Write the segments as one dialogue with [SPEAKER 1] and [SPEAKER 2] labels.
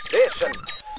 [SPEAKER 1] Station.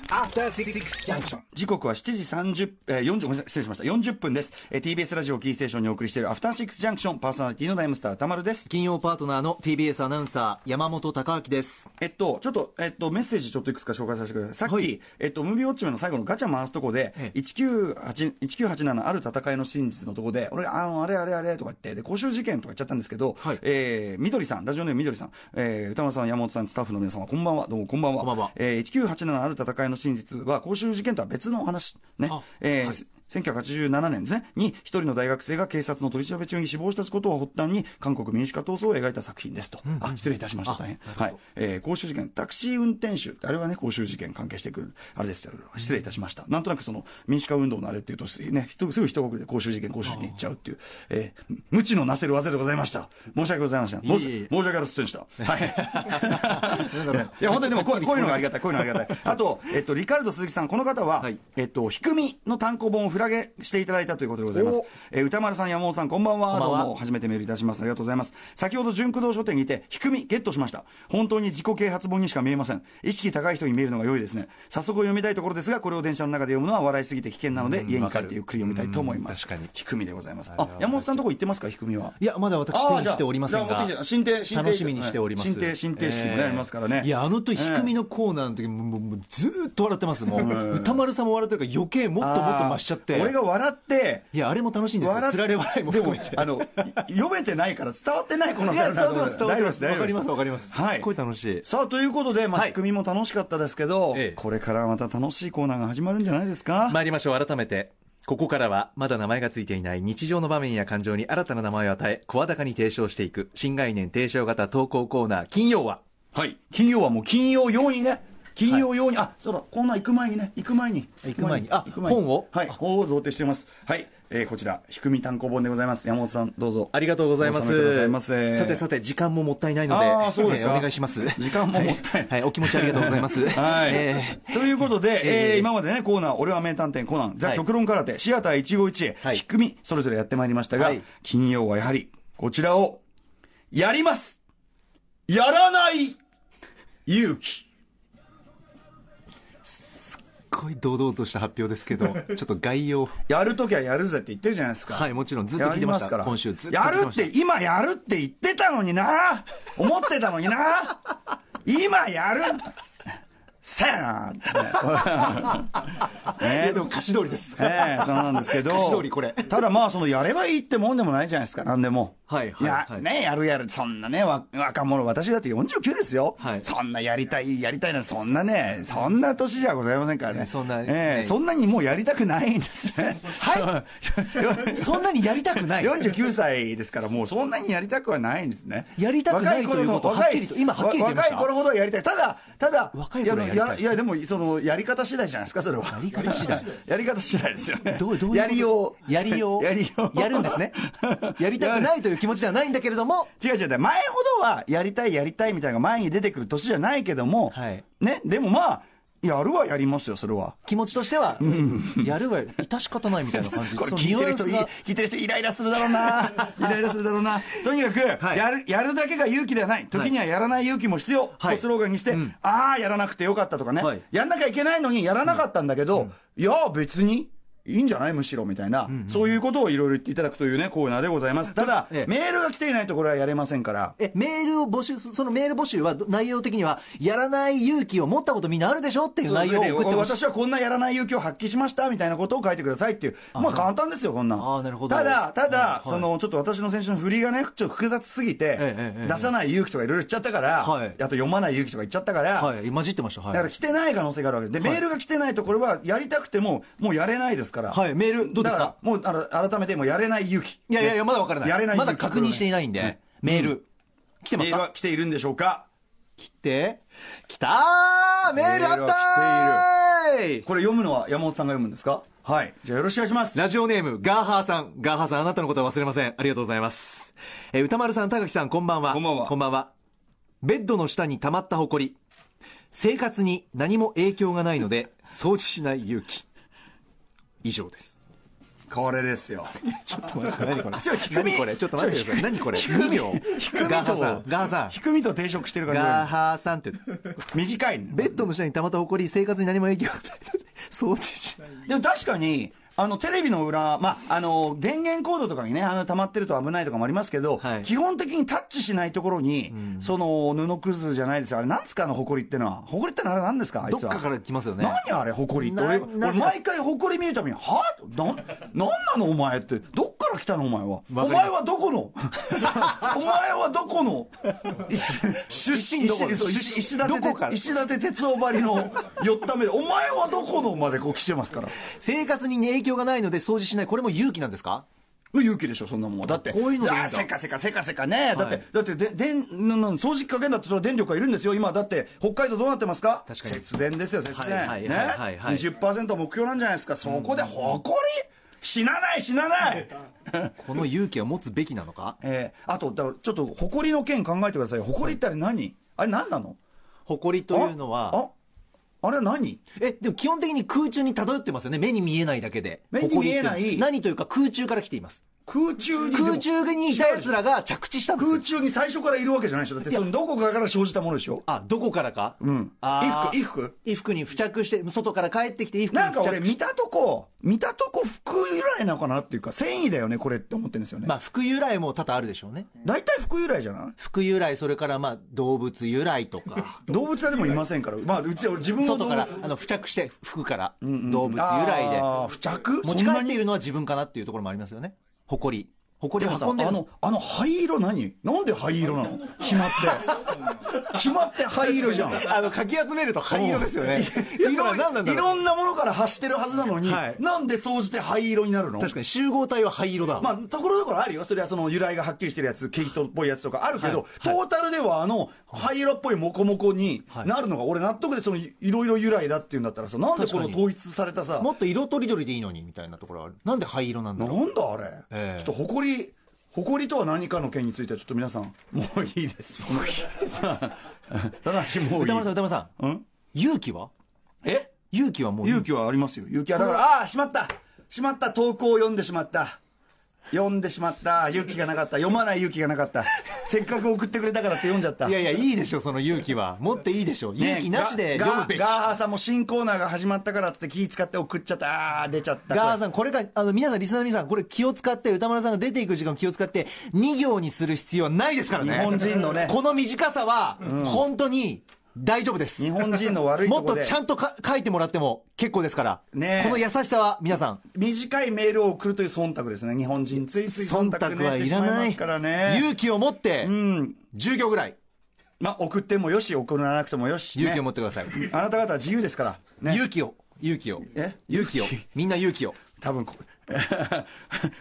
[SPEAKER 2] After Six Junction.
[SPEAKER 3] 時刻は7時30、えー、40ごめんなさい失礼しました40分です、えー、TBS ラジオキーステーションにお送りしているアフターシックスジャンクションパーソナリティのダイムスター歌丸です
[SPEAKER 4] 金曜パートナーの TBS アナウンサー山本貴明です
[SPEAKER 3] えっと、ちょっと、えっと、メッセージちょっといくつか紹介させてください。さっき、
[SPEAKER 4] はい
[SPEAKER 3] えっと、ムービーウォッチメンの最後のガチャ回すとこで、
[SPEAKER 4] ええ
[SPEAKER 3] 1987 1987ある戦いの真実のとこで、俺が、あの、あれあれあれとか言って、で、公衆事件とか言っちゃったんですけど、
[SPEAKER 4] はい
[SPEAKER 3] えー、みどりさん、ラジオネームみどりさん、えー、歌丸さん、山本さん、スタッフの皆様、こんばんは、どうもこんばんは。
[SPEAKER 4] こんばんは
[SPEAKER 3] えー、1987ある戦いの真実は、公衆事件とは別のお話、ね
[SPEAKER 4] あ。
[SPEAKER 3] えー
[SPEAKER 4] はい
[SPEAKER 3] 1987年ですね、に一人の大学生が警察の取り調べ中に死亡したことを発端に韓国民主化闘争を描いた作品ですと。あ、失礼いたしました。大変。はい。えー、公衆事件、タクシー運転手って、あれはね、公衆事件関係してくる、あれですよ失礼いたしました。なんとなくその、民主化運動のあれっていうと、すね、ひとすぐ一国で公衆事件、公衆事件行っちゃうっていう、えー、無知のなせる技でございました。申し訳ございません。申し
[SPEAKER 4] いえいえ
[SPEAKER 3] 申し訳ありませんでした。はい。いや、本当にでもこう、こういうのがありがたい、こういうのがありがたい。あと、えっと、リカルド鈴木さん、この方は、
[SPEAKER 4] はい
[SPEAKER 3] えっと、ひくみの単行本をフラゲしていただいたということでございます
[SPEAKER 4] お。
[SPEAKER 3] えー歌丸さん、山本さん、こんばんは。
[SPEAKER 4] こんばんは
[SPEAKER 3] どうも、初めてメールいたします。ありがとうございます。先ほど、純駆動書店にて、ひくみ、ゲットしました。本当に自己啓発本にしか見えません。意識高い人に見えるのが良いですね。早速読みたいところですが、これを電車の中で読むのは笑いすぎて危険なので、家に帰ってゆっくり読みたいと思います。
[SPEAKER 5] うん確かに
[SPEAKER 3] ひくみでございます。あ、山本さんのとこ行ってますか、ひくみは。
[SPEAKER 4] いやまだ私
[SPEAKER 3] あー
[SPEAKER 4] 手にしておりません
[SPEAKER 3] じゃあ
[SPEAKER 4] が
[SPEAKER 3] じゃあ持ってきて進呈進呈
[SPEAKER 4] 楽しみにしております
[SPEAKER 3] 進呈進呈式もね
[SPEAKER 4] えー
[SPEAKER 3] ありますからね
[SPEAKER 4] いやあのと低みのコーナーの時ももうもうずーっと笑ってますもう歌丸さんも笑ってるから余計もっともっと増しちゃって
[SPEAKER 3] あー俺が笑って
[SPEAKER 4] いやあれも楽しいんですよ
[SPEAKER 3] 笑っ
[SPEAKER 4] つられ笑いも
[SPEAKER 3] で
[SPEAKER 4] 含
[SPEAKER 3] も
[SPEAKER 4] めて
[SPEAKER 3] あのい読めてないから伝わってないこの
[SPEAKER 4] いや
[SPEAKER 3] サウナ
[SPEAKER 4] 伝わってます伝わってます
[SPEAKER 3] 大丈夫で
[SPEAKER 4] わかります
[SPEAKER 3] 大丈夫では
[SPEAKER 5] すっごい楽しい
[SPEAKER 3] さあということで、まあ、
[SPEAKER 5] はい
[SPEAKER 3] 仕組みも楽しかったですけど、
[SPEAKER 5] ええ
[SPEAKER 3] これからまた楽しいコーナーが始まるんじゃないですか、
[SPEAKER 5] 参りましょう改めてここからはまだ名前がついていない日常の場面や感情に新たな名前を与え声高に提唱していく新概念提唱型投稿コーナー金曜は
[SPEAKER 3] はい金曜はもう金曜用にね金曜用に、あそうだコーナー行く前にね行く前に
[SPEAKER 4] 行く前にあ
[SPEAKER 3] 行く前に
[SPEAKER 5] 本を
[SPEAKER 3] はい本を贈呈してますはい、えーこちら「ひくみ単行本」でございます山本さんどうぞ
[SPEAKER 5] ありがとうございます
[SPEAKER 3] お納めくださいませ
[SPEAKER 5] さてさて時間ももったいないので
[SPEAKER 3] あーそうです
[SPEAKER 5] え
[SPEAKER 3] か
[SPEAKER 5] ーお願いします
[SPEAKER 3] 時間ももったいない
[SPEAKER 5] はい、お気持ちありがとうございます
[SPEAKER 3] はい、
[SPEAKER 5] え
[SPEAKER 3] ということで、え
[SPEAKER 5] え
[SPEAKER 3] ー
[SPEAKER 5] ー
[SPEAKER 3] 今までねコーナー「俺は名探偵コナン」ザ・
[SPEAKER 5] はい
[SPEAKER 3] 極論空手シアター一期一
[SPEAKER 5] は
[SPEAKER 3] 会
[SPEAKER 5] い
[SPEAKER 3] ひっくみそれぞれやってまいりましたが、
[SPEAKER 5] はい
[SPEAKER 3] 金曜はやはりこちらをやりますやらない勇気
[SPEAKER 5] ーこい堂々とした発表ですけどちょっと概要
[SPEAKER 3] やるときはやるぜって言ってるじゃないですか
[SPEAKER 5] はいもちろんずっと聞いてました
[SPEAKER 3] やりすから
[SPEAKER 5] 今週ずっと聞いてました
[SPEAKER 3] やるって今やるって言ってたのにな思ってたのにな今やるせやな ってねね
[SPEAKER 4] いやでも歌詞通りです
[SPEAKER 3] ええそうなんです けど。
[SPEAKER 4] 歌詞通りこれ
[SPEAKER 3] ただまあ、その、やればいいってもんでもないじゃないですか、なんでも。
[SPEAKER 5] はいはいはい
[SPEAKER 3] や、ね、やるやる、そんなね、わ若者、私だって49ですよ。
[SPEAKER 5] はい
[SPEAKER 3] そんなやりたい、やりたいな、そんなね、そんな年じゃございませんからね。
[SPEAKER 5] そんな
[SPEAKER 3] ええ
[SPEAKER 5] ね
[SPEAKER 3] そんなにもうやりたくないんですね。 はい。
[SPEAKER 4] そんなにやりたくない
[SPEAKER 3] 49歳ですから、もうそんなにやりたくはないんですね。
[SPEAKER 4] やりたくない
[SPEAKER 3] 若頃
[SPEAKER 4] ということを
[SPEAKER 3] 若
[SPEAKER 4] はっきりと今はっきりと言いました
[SPEAKER 3] 若い頃ほどはやりたい。ただ、ただ、
[SPEAKER 4] 若い頃はやりたい
[SPEAKER 3] いや、でも、その、やり方次第じゃないですか、それは。やり方次第。 やり方次第ですよね。
[SPEAKER 4] どうどういうこと
[SPEAKER 3] やりよう。
[SPEAKER 4] やりよう
[SPEAKER 3] やりよう。
[SPEAKER 4] やるん ですねやりたくないという気持ちではないんだけれども
[SPEAKER 3] 違う違う。前ほどは、やりたい、やりたいみたいなのが前に出てくる年じゃないけども、
[SPEAKER 4] はい
[SPEAKER 3] ね、でもまあ、やるはやりますよ、それは。
[SPEAKER 4] 気持ちとしてはやるは致し方ないみたいな感じ
[SPEAKER 3] これ
[SPEAKER 4] その
[SPEAKER 3] 聞いてる
[SPEAKER 4] ニュアン
[SPEAKER 3] 人
[SPEAKER 4] ス
[SPEAKER 3] い
[SPEAKER 4] が
[SPEAKER 3] 聞いてる人イライラするだろ うなイライラするだろうなとにかく、
[SPEAKER 5] はい
[SPEAKER 3] やるやるだけが勇気ではない時にはやらない勇気も必要、
[SPEAKER 5] はい
[SPEAKER 3] をスローガンにして、ああやらなくてよかったとかね、
[SPEAKER 5] はい
[SPEAKER 3] やんなきゃいけないのにやらなかったんだけど、いや別にいいんじゃないむしろみたいな、そういうことをいろいろ言っていただくというねコーナーでございますただ、
[SPEAKER 5] ええ
[SPEAKER 3] メールが来ていないところはやれませんから
[SPEAKER 4] え、メールを募集す、そのメール募集はど内容的には、やらない勇気を持ったことみんなあるでしょっていう内容を送ってほしい。
[SPEAKER 3] 私はこんなやらない勇気を発揮しましたみたいなことを書いてくださいっていうまあ簡単ですよこんなん
[SPEAKER 4] あーなるほど
[SPEAKER 3] ただただ、
[SPEAKER 4] はい
[SPEAKER 3] そのちょっと私の選手の振りがねちょっと複雑すぎて、
[SPEAKER 4] ええええ
[SPEAKER 3] 出さない勇気とかいろいろ言っちゃったから、
[SPEAKER 4] はい
[SPEAKER 3] あと読まない勇気とか言っちゃったから、
[SPEAKER 4] はい、混じってました。
[SPEAKER 3] だか
[SPEAKER 4] は
[SPEAKER 3] ら
[SPEAKER 4] い。
[SPEAKER 3] 来てない可能性があるわけです。で、メールが来てないとこれはやりたくても、もうやれないですから。
[SPEAKER 4] はいメールどうですか
[SPEAKER 3] だらもうあの改めて、もうやれない勇気。
[SPEAKER 4] いやいやいや、まだわからない。
[SPEAKER 3] やれない
[SPEAKER 4] ま
[SPEAKER 3] 勇気
[SPEAKER 4] だ確認していないん
[SPEAKER 3] はい
[SPEAKER 4] で、メール。来てま
[SPEAKER 3] メ
[SPEAKER 4] す
[SPEAKER 3] ール
[SPEAKER 4] か
[SPEAKER 3] は来ているんでしょうか
[SPEAKER 4] 来て。来たーメールあったー
[SPEAKER 3] これ読むのは山本さんが読むんですかはい。じゃあよろしくお願いします。
[SPEAKER 5] ラジオネーム、ガーハーさん。ガーハーさん、あなたのことは忘れません。ありがとうございます。えー歌丸さん、高木さん、こんばんは。
[SPEAKER 3] こんばんは
[SPEAKER 5] こんばんは。ベッドの下に溜まった埃。生活に何も影響がないので、掃除しない勇気。以上です。
[SPEAKER 3] これで すよ。
[SPEAKER 5] ちょっと待って、何これ。
[SPEAKER 3] ちょ低み
[SPEAKER 5] 何これ、ちょっと待ってください。何これ。2秒。ガハさん。ガハさん。
[SPEAKER 3] 低みと定食してる
[SPEAKER 5] ガ
[SPEAKER 3] 感
[SPEAKER 5] ハさんって。
[SPEAKER 3] じ。短いね
[SPEAKER 5] ベッドの下にたまた起こり、生活に何も影響がない。掃除しない。
[SPEAKER 3] でも確かに、あの、テレビの裏、まあ、あの、電源コードとかにね、あの、溜まってると危ないとかもありますけど、
[SPEAKER 5] はい
[SPEAKER 3] 基本的にタッチしないところに、その、布くずじゃないですよ。あれ、なんですか、あの、埃ってのは。埃ってのはあれなんですか、あい
[SPEAKER 5] どっ
[SPEAKER 3] つは。
[SPEAKER 5] かから来ますよね。
[SPEAKER 3] 何あれ、埃って。
[SPEAKER 4] な
[SPEAKER 3] 俺、
[SPEAKER 4] な
[SPEAKER 3] 俺
[SPEAKER 4] ぜか
[SPEAKER 3] 毎回埃見るたびに、はなん、なんなのお前って。どっから来たのお前は。
[SPEAKER 5] わ
[SPEAKER 3] お
[SPEAKER 5] かります
[SPEAKER 3] 前はどこの お前はどこの
[SPEAKER 5] 出身
[SPEAKER 3] 石
[SPEAKER 5] どこ
[SPEAKER 3] そう石石立て
[SPEAKER 5] どこから
[SPEAKER 3] 石立哲夫ばりの寄った目で、お前はどこのまでこう来てますから。
[SPEAKER 4] 生活に影響がないので掃除しない。これも勇気なんですか
[SPEAKER 3] 勇気でしょ、そんなもんは。だって、
[SPEAKER 4] こういうのでいいんだ
[SPEAKER 3] あーせかせかせかせかね、
[SPEAKER 5] は
[SPEAKER 3] だって
[SPEAKER 5] い、
[SPEAKER 3] だって、で、でん、なんなん掃除機かけんだって、それは電力がいるんですよ、今、だって、北海道どうなってますか
[SPEAKER 5] 確かに
[SPEAKER 3] 節電ですよ、節電。
[SPEAKER 5] はいはい
[SPEAKER 3] ね
[SPEAKER 5] はいはいはい
[SPEAKER 3] 20%目標なんじゃないですか、そこで、誇り死なない、死なない
[SPEAKER 5] この勇気を持つべきなの か
[SPEAKER 3] えー、あと、だからちょっと、誇りの件考えてくださいよ。誇りってあれ何、あれ何なの
[SPEAKER 5] 誇りというのは、
[SPEAKER 3] あああれは何
[SPEAKER 4] え、でも基本的に空中に漂ってますよね。目に見えないだけで。
[SPEAKER 3] 目に見えない
[SPEAKER 4] 埃ってうのは何というか空中から来ています。
[SPEAKER 3] 空中に。
[SPEAKER 4] 空中にいた奴らが着地したんです
[SPEAKER 3] 空
[SPEAKER 4] よ。
[SPEAKER 3] 中に最初からいるわけじゃないでしょ。だって、そのどこかから生じたものでしょ。
[SPEAKER 5] あ、どこからか
[SPEAKER 3] うん。
[SPEAKER 4] あー
[SPEAKER 3] 衣服、衣服
[SPEAKER 4] 衣服に付着して、外から帰ってきて衣服に
[SPEAKER 3] なんか
[SPEAKER 4] 付着
[SPEAKER 3] 俺見たとこ、見たとこ服由来なのかなっていうか、繊維だよね、これって思ってるんですよね。
[SPEAKER 4] まあ、服由来も多々あるでしょうね。
[SPEAKER 3] 大体服由来じゃない。
[SPEAKER 4] 服由来、それからまあ、動物由来とか
[SPEAKER 3] 動物はでもいませんから。まあ、 うち、俺自分の動
[SPEAKER 4] 外
[SPEAKER 3] 物
[SPEAKER 4] から、あの、付着して、服から、動物由来で。
[SPEAKER 3] あー付着
[SPEAKER 4] 持ち帰ってい
[SPEAKER 3] る。
[SPEAKER 4] るのは自分かなっていうところもありますよね。誇り。誇り
[SPEAKER 3] でも
[SPEAKER 4] を
[SPEAKER 3] さ、
[SPEAKER 4] 運んで
[SPEAKER 3] あ
[SPEAKER 4] る。
[SPEAKER 3] の、あの灰色何なんで灰色 なの暇って。暇って灰色じゃん。
[SPEAKER 5] あの、かき集めると灰色ですよね。
[SPEAKER 3] い
[SPEAKER 5] 色
[SPEAKER 3] ろ
[SPEAKER 5] は何なんだ
[SPEAKER 3] い
[SPEAKER 5] ろ
[SPEAKER 3] ろ
[SPEAKER 5] う。
[SPEAKER 3] んなものから発してるはずなのに、
[SPEAKER 5] はい
[SPEAKER 3] なんで総じて灰色になるの
[SPEAKER 4] 確かに集合体は灰色だ。
[SPEAKER 3] まあ、ところどころあるよ。それはその由来がはっきりしてるやつ、ケイトっぽいやつとかあるけど、トータルではあの、灰色っぽいモコモコになるのが、俺納得で、その、いろいろ由来だっていうんだったらさ、なんでこの
[SPEAKER 4] 確かに
[SPEAKER 3] 統一されたさ、
[SPEAKER 4] もっと色とりどりでいいのに、みたいなところはある。なんで灰色なんだ
[SPEAKER 3] な
[SPEAKER 4] ろ
[SPEAKER 3] んだあれ、
[SPEAKER 4] ええ
[SPEAKER 3] ちょっと誇り、誇りとは何かの件については、ちょっと皆 さん、もういいです。ただしも
[SPEAKER 4] う。
[SPEAKER 3] ういい
[SPEAKER 4] 歌。丸さん、歌丸さん。
[SPEAKER 3] うん
[SPEAKER 4] 勇気は
[SPEAKER 3] え
[SPEAKER 4] 勇気はもういい
[SPEAKER 3] 勇気はありますよ。勇気は、だから、ああー、しまったしまった投稿を読んでしまった。読んでしまった。勇気がなかった。読まない勇気がなかった。せっかく送ってくれたからって読んじゃった。
[SPEAKER 4] いやいや、いいでしょ、その勇気は。持っていいでしょ。
[SPEAKER 3] ね
[SPEAKER 4] 勇気なしで
[SPEAKER 3] ガ
[SPEAKER 4] 読むべき。
[SPEAKER 3] ガ
[SPEAKER 4] ガ
[SPEAKER 3] ガーハーさんも新コーナーが始まったからっつって気使って送っちゃったあー出ちゃった
[SPEAKER 4] ーさん、これが、あの、皆さん、リスナーの皆さん、これ気を使って、歌丸さんが出ていく時間気を使って、2行にする必要はないですからね。
[SPEAKER 3] 日本人のね
[SPEAKER 4] この短さは、本当に大丈夫です。
[SPEAKER 3] 日本人の悪い
[SPEAKER 4] も
[SPEAKER 3] と
[SPEAKER 4] っ
[SPEAKER 3] ことで
[SPEAKER 4] ちゃんとか書いてもらっても結構ですから。
[SPEAKER 3] ねえ
[SPEAKER 4] この優しさは、皆さん。
[SPEAKER 3] 短いメールを送るという忖度ですね日本人ついつい忖
[SPEAKER 4] 忖
[SPEAKER 3] 度,、ね、
[SPEAKER 4] 度はい
[SPEAKER 3] してし
[SPEAKER 4] ら
[SPEAKER 3] まいま
[SPEAKER 4] ない。
[SPEAKER 3] すからね
[SPEAKER 4] 勇気を持って、10行ぐらい、
[SPEAKER 3] まあ、送ってもよし送らなくてもよし、ね
[SPEAKER 4] 勇気を持ってください。
[SPEAKER 3] あなた方は自由ですから、ね、
[SPEAKER 4] 勇気を、勇気を
[SPEAKER 3] え、
[SPEAKER 4] 勇気を、みんな勇気 を。
[SPEAKER 3] 多分こ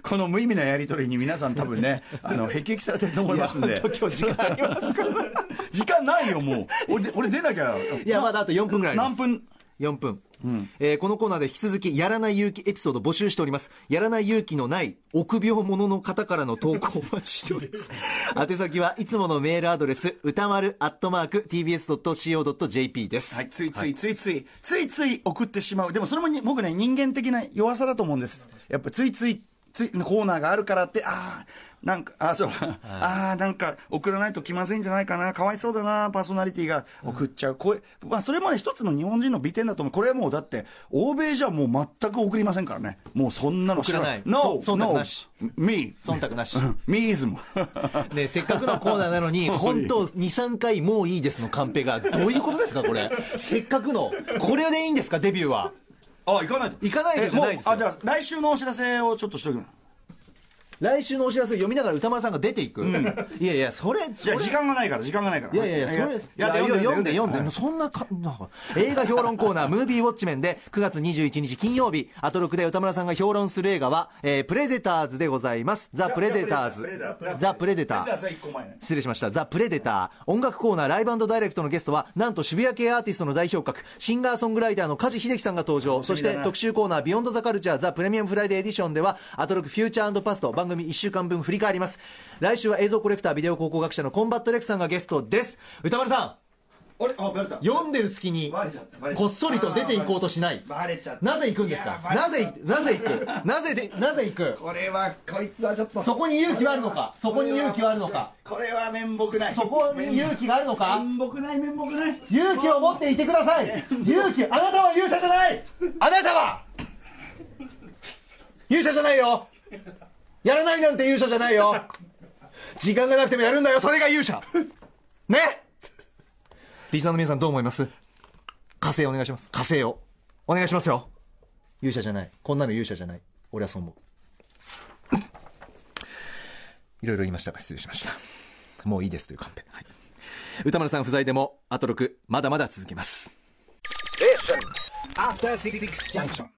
[SPEAKER 3] この無意味なやり取りに皆さん多分 ねあの辟易されてると思いますんで
[SPEAKER 4] 本当今日時間ありますから。
[SPEAKER 3] 時間ないよもう俺で俺出なきゃ
[SPEAKER 4] いや、まだあと4分ぐらいありま
[SPEAKER 3] 何
[SPEAKER 4] す。
[SPEAKER 3] 分
[SPEAKER 5] 4分。
[SPEAKER 4] えーこのコーナーで引き続き、やらない勇気エピソード募集しております。やらない勇気のない、臆病者の方からの投稿をお待ちしており ます。宛先はいつものメールアドレス、歌丸アットマーク tbs.co.jp です。
[SPEAKER 3] はい、ついついついつい、ついつい送ってしまう。でもそれもに僕ね、人間的な弱さだと思うんです。やっぱついつい、つい、コーナーがあるからって、ああ、なんか、ああ、そう、ああ、なんか送らないと気まずいんじゃないかな、かわいそうだな、パーソナリティが送っちゃう。これ、まあそれもね、一つの日本人の美点だと思う。これはもうだって、欧米じゃもう全く送りませんからね。もうそんなの知
[SPEAKER 4] 送らない
[SPEAKER 3] No,
[SPEAKER 4] そ忖度
[SPEAKER 3] no,
[SPEAKER 4] なし
[SPEAKER 3] me.
[SPEAKER 4] 忖度な し。
[SPEAKER 3] ミーズム。
[SPEAKER 4] ね、せっかくのコーナーなの に、本当、2、3回もういいですのカンペが、どういうことですか、これ。せっかくの、これでいいんですか、デビューは。
[SPEAKER 3] あ、行かないと。
[SPEAKER 4] 行かないと
[SPEAKER 3] え
[SPEAKER 4] じゃないですよ
[SPEAKER 3] もうあ、じゃあ来週のお知らせをちょっとしとく。
[SPEAKER 4] 来週のお知らせを読みながら歌丸さんが出ていく。いやいや、それ、
[SPEAKER 3] い
[SPEAKER 4] そ
[SPEAKER 3] や、
[SPEAKER 4] れ。
[SPEAKER 3] 時間がないから、時間がないから。
[SPEAKER 4] いやいやいや、それ、い
[SPEAKER 3] いや、
[SPEAKER 4] や
[SPEAKER 3] 読
[SPEAKER 4] 読
[SPEAKER 3] ん
[SPEAKER 4] ん
[SPEAKER 3] で、
[SPEAKER 4] で、
[SPEAKER 3] 読
[SPEAKER 4] 読
[SPEAKER 3] ん
[SPEAKER 4] ん
[SPEAKER 3] で。
[SPEAKER 4] で、そんなか、なんか映画評論コーナー、 ムービーウォッチメンで、9月21日金曜日、アトロクで歌村さんが評論する映画は、えープレデターズでございます。ザ・プレデターズ。ザ・プレデター。失礼しました。ザ・プレデター。音楽コーナー、ライブダイレクトのゲストは、なんと渋谷系アーティストの代表格、シンガーソングライターの梶秀樹さんが登場。そして特集コーナー、ビヨンドザカルチャー、ザ・プレミアムフライデーエディションでは、アトロクフューチャーパスト、番組1週間分振り返ります。来週は映像コレクター、ビデオ考古学者のコンバットレクさんがゲストです。歌丸さん
[SPEAKER 3] 俺あバレた
[SPEAKER 4] 読んでる隙に
[SPEAKER 3] バレちゃったバレちゃった
[SPEAKER 4] こっそりと出ていこうとしない
[SPEAKER 2] バレちゃった
[SPEAKER 4] なぜ行くんですか
[SPEAKER 2] いや
[SPEAKER 4] な
[SPEAKER 2] バレちゃ
[SPEAKER 4] ぜ
[SPEAKER 2] った
[SPEAKER 4] なぜ行くなぜでなぜ行く
[SPEAKER 2] これはこいつはちょっと
[SPEAKER 4] そこに勇気はあるのかそこに勇気はあるのか
[SPEAKER 2] これは面目ない
[SPEAKER 4] そこに勇気があるのか
[SPEAKER 3] 面目ない面目ない
[SPEAKER 4] 勇気を持っていてください勇気あなたは勇者じゃないあなたは勇者じゃないよやらないなんて勇者じゃないよ時間がなくてもやるんだよそれが勇者ねリスナーの皆さんどう思います火星お願いします火星をお願いしますよ勇者じゃないこんなの勇者じゃない俺はそう思う
[SPEAKER 5] いろいろ言いましたが失礼しましたもういいですというカンペ、はい、歌丸さん不在でもアトロクまだまだ続けます
[SPEAKER 2] After Six Junction.